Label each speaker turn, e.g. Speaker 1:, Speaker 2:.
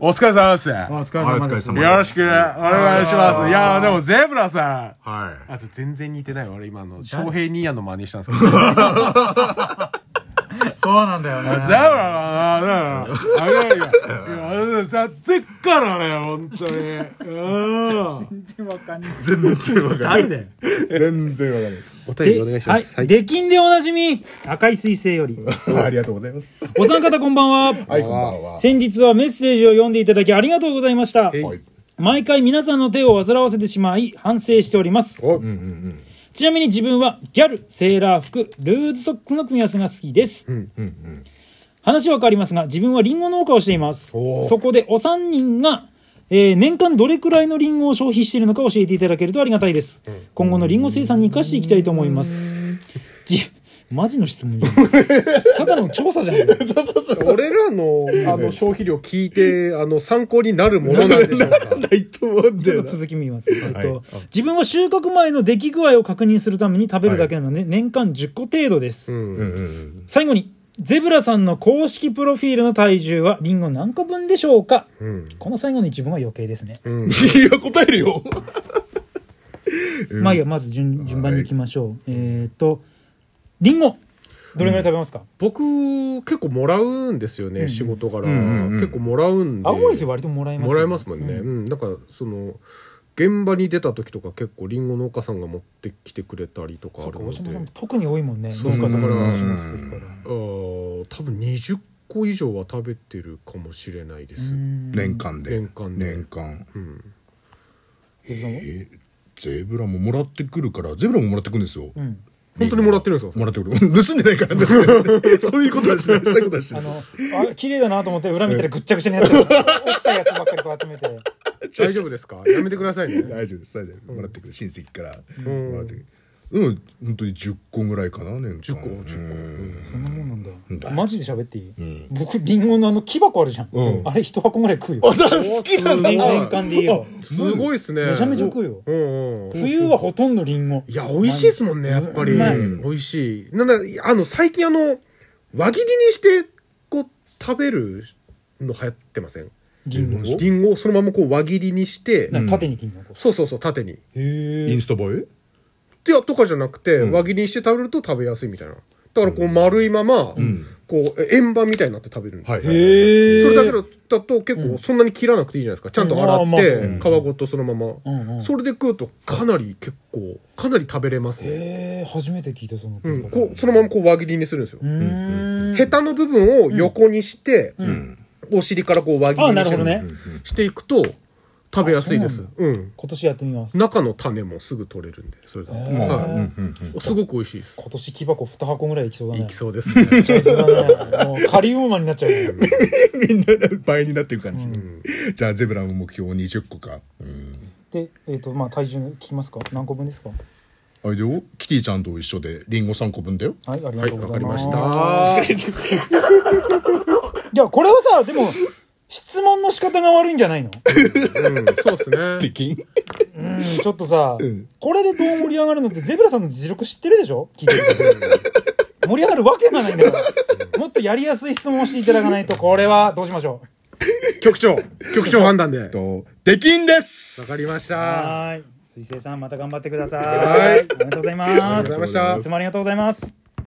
Speaker 1: お疲れ様です。よ
Speaker 2: お疲
Speaker 3: は
Speaker 2: れ様
Speaker 3: いお疲れ
Speaker 2: です。
Speaker 3: 様です
Speaker 1: ろしくお願いします。いやー、でもゼブラさん。
Speaker 3: はい。
Speaker 1: あと全然似てないわ俺今あの翔平ニーヤの真似したんですけど ゼブ
Speaker 2: そうなんだよね。
Speaker 1: ラはなだからあれだよいやあれだよさてっからね本当にうん
Speaker 2: 全然わかんない。
Speaker 3: 全然わかん
Speaker 2: 誰
Speaker 3: ない。
Speaker 2: だよ。
Speaker 3: 全然わかんないです。
Speaker 1: お便りお願いします
Speaker 2: はい。出禁でおなじみ、赤い彗星より。
Speaker 3: ありがとうございます。
Speaker 2: お三方こんばんは。
Speaker 3: はい、こんばんは。
Speaker 2: 先日はメッセージを読んでいただきありがとうございました。
Speaker 3: はい。
Speaker 2: 毎回皆さんの手を煩わせてしまい、反省しております。
Speaker 1: お
Speaker 3: うんうん
Speaker 2: ちなみに自分はギャル、セーラー服、ルーズソックスの組み合わせが好きです。
Speaker 3: うん。うんうん。
Speaker 2: 話は変わりますが、自分はリンゴ農家をしています。
Speaker 3: おー
Speaker 2: そこでお三人が、えー年間どれくらいのリンゴを消費しているのか教えていただけるとありがたいです。今後のリンゴ生産に生かしていきたいと思います。じ、マジの質問じゃんただの調査じゃん。
Speaker 1: 俺らのあの消費量聞い てあの参考になるものなんでしょう か
Speaker 3: ないと思うん
Speaker 2: ち
Speaker 3: だ
Speaker 2: ょ
Speaker 3: よ
Speaker 2: っと
Speaker 3: な。
Speaker 2: 続き見ます。えっと
Speaker 3: はい
Speaker 2: 自分は収穫前の出来具合を確認するために食べるだけなので、年間10個程度です。
Speaker 1: うん
Speaker 3: うんうん
Speaker 2: 最後に、ゼブラさんの公式プロフィールの体重はリンゴ何個分でしょうか、
Speaker 1: ん
Speaker 2: この最後の一文は余計ですね。
Speaker 3: うん。いや、答えるよ。
Speaker 2: まあいいや、まず順順番に行きましょう。えっと、リンゴ、どれぐらい食べますか、
Speaker 1: 僕結構もらうんですよね、仕事から、
Speaker 3: んうん
Speaker 1: 結構もらうんで
Speaker 2: 青森で割ともらえます
Speaker 1: も
Speaker 2: よね
Speaker 1: らえますもんね、うんなんかその現場に出た時とか結構りんご農家さんが持ってきてくれたりとかあ
Speaker 2: そっ
Speaker 1: る
Speaker 2: か、
Speaker 1: の
Speaker 2: 大
Speaker 1: で
Speaker 2: 島さんって特に多いもんね。
Speaker 1: そう
Speaker 2: 農家さんから
Speaker 3: うん
Speaker 2: お仕事するから。
Speaker 1: あー多分20個以上は食べてるかもしれないです、
Speaker 2: うん
Speaker 3: 年間で。
Speaker 1: 年間で
Speaker 3: 年間。
Speaker 2: ゼブラも
Speaker 3: え、ゼブラももらってくるから、ゼブラももらってくるんですよ。
Speaker 2: うん。
Speaker 1: 本当にもらってるんですか
Speaker 3: もらってくる。盗んでないからですね。そういうことはしない。そういうことはしな
Speaker 2: あ
Speaker 3: い。
Speaker 2: の、あ、綺麗だなと思って裏見たらぐっちゃぐちゃになってる。落ちたやつばっかりこう集めて。
Speaker 1: 大丈夫です かやめてくださいね
Speaker 3: 大丈夫です。大丈夫。もらってくる。親戚から。もらってくる。うん、本当に10個ぐらいかな、年間。10
Speaker 1: 個10
Speaker 2: そんなもんなんだ。
Speaker 3: だ
Speaker 2: マジで喋っていい、
Speaker 3: ん
Speaker 2: 僕、リンゴのあの木箱あるじゃん。
Speaker 3: うん
Speaker 2: あれ一箱ぐらい食うよ。
Speaker 3: あ、好きなんだ。
Speaker 2: 年年間で言えば。
Speaker 1: すごいですね
Speaker 2: めちゃめちゃ食うよ。
Speaker 1: うんうん
Speaker 2: 冬はほとんどリンゴ。
Speaker 1: いや、美味しいですもんね、やっぱり。
Speaker 2: うまい
Speaker 1: 美味しい。なんだ、あの、最近あの、輪切りにして、こう、食べるの流行ってません
Speaker 2: リンゴ。
Speaker 1: リンゴをそのままこう輪切りにして、
Speaker 2: なんか縦に切るのこ
Speaker 1: そうそうそう、縦に。っ
Speaker 2: う。へ
Speaker 3: インスタ映え
Speaker 1: てやとかじゃなくて、輪切りにして食べると食べやすいみたいな。だからこう丸いまま、こう、え円盤みたいになって食べるんですよ。
Speaker 3: はいはいはい。
Speaker 2: へ
Speaker 1: それだけだと結構そんなに切らなくていいじゃないですか。ちゃんと
Speaker 2: うん
Speaker 1: 洗
Speaker 2: まあ
Speaker 1: っ
Speaker 2: まあ
Speaker 1: て、
Speaker 2: うん
Speaker 1: 皮ごとそのまま、
Speaker 2: うんうん
Speaker 1: それで食うとかなり結構、かなり食べれますね。
Speaker 2: えー、初めて聞いたその
Speaker 1: う
Speaker 2: 言
Speaker 1: ん、
Speaker 2: 葉
Speaker 1: こう、そのままこう輪切りにするんですよ。
Speaker 2: うーん
Speaker 1: ヘタの部分を横にして、
Speaker 3: うん。
Speaker 1: お尻からこう輪切り
Speaker 2: あ
Speaker 1: に
Speaker 2: なる
Speaker 1: し
Speaker 2: ほ
Speaker 1: て
Speaker 2: どね
Speaker 1: していくと食べやすいで
Speaker 2: あそ
Speaker 1: す
Speaker 2: う。
Speaker 1: うん。
Speaker 2: 今年やってみます
Speaker 1: 中の種もすぐ取れるんで、それだと。
Speaker 2: へー
Speaker 1: は
Speaker 3: うんうんうん
Speaker 1: い。すごく美味しいです。
Speaker 2: 今年木箱2箱ぐらいいきそうだね
Speaker 1: いきそうですね。
Speaker 2: うだねもうカリウムマンになっちゃうよ
Speaker 3: みんな倍になってる感じ。じゃあ、ゼブラの目標20個か。うん。
Speaker 2: でえっ、とまあ体重聞きますか何個分ですか
Speaker 3: あれだよ、キティちゃんと一緒で、リンゴ3個分だよ。
Speaker 2: はいあり
Speaker 1: は
Speaker 2: が
Speaker 1: い、
Speaker 2: とうご
Speaker 1: わ
Speaker 2: ざ
Speaker 1: か
Speaker 2: い
Speaker 1: りま
Speaker 2: ます、
Speaker 1: した。
Speaker 2: いやこれはさでも質問の仕方が悪いんじゃないの
Speaker 1: うん、そうです ね。
Speaker 3: 敵
Speaker 2: うんちょっとさ、
Speaker 3: ん
Speaker 2: これでどう盛り上がるのってゼブラさんの実力知ってるでしょ聞いてると盛り上がるわけがないんだからもっとやりやすい質問をしていただかないとこれはどうしましょう
Speaker 1: 局長、局長判断で。わか
Speaker 3: と、できんです
Speaker 1: りました。
Speaker 2: はーい。水星さん、また頑張ってください。
Speaker 1: はい
Speaker 2: ありがとうございます。
Speaker 1: ありがとうございました
Speaker 2: いつもありがとうございます。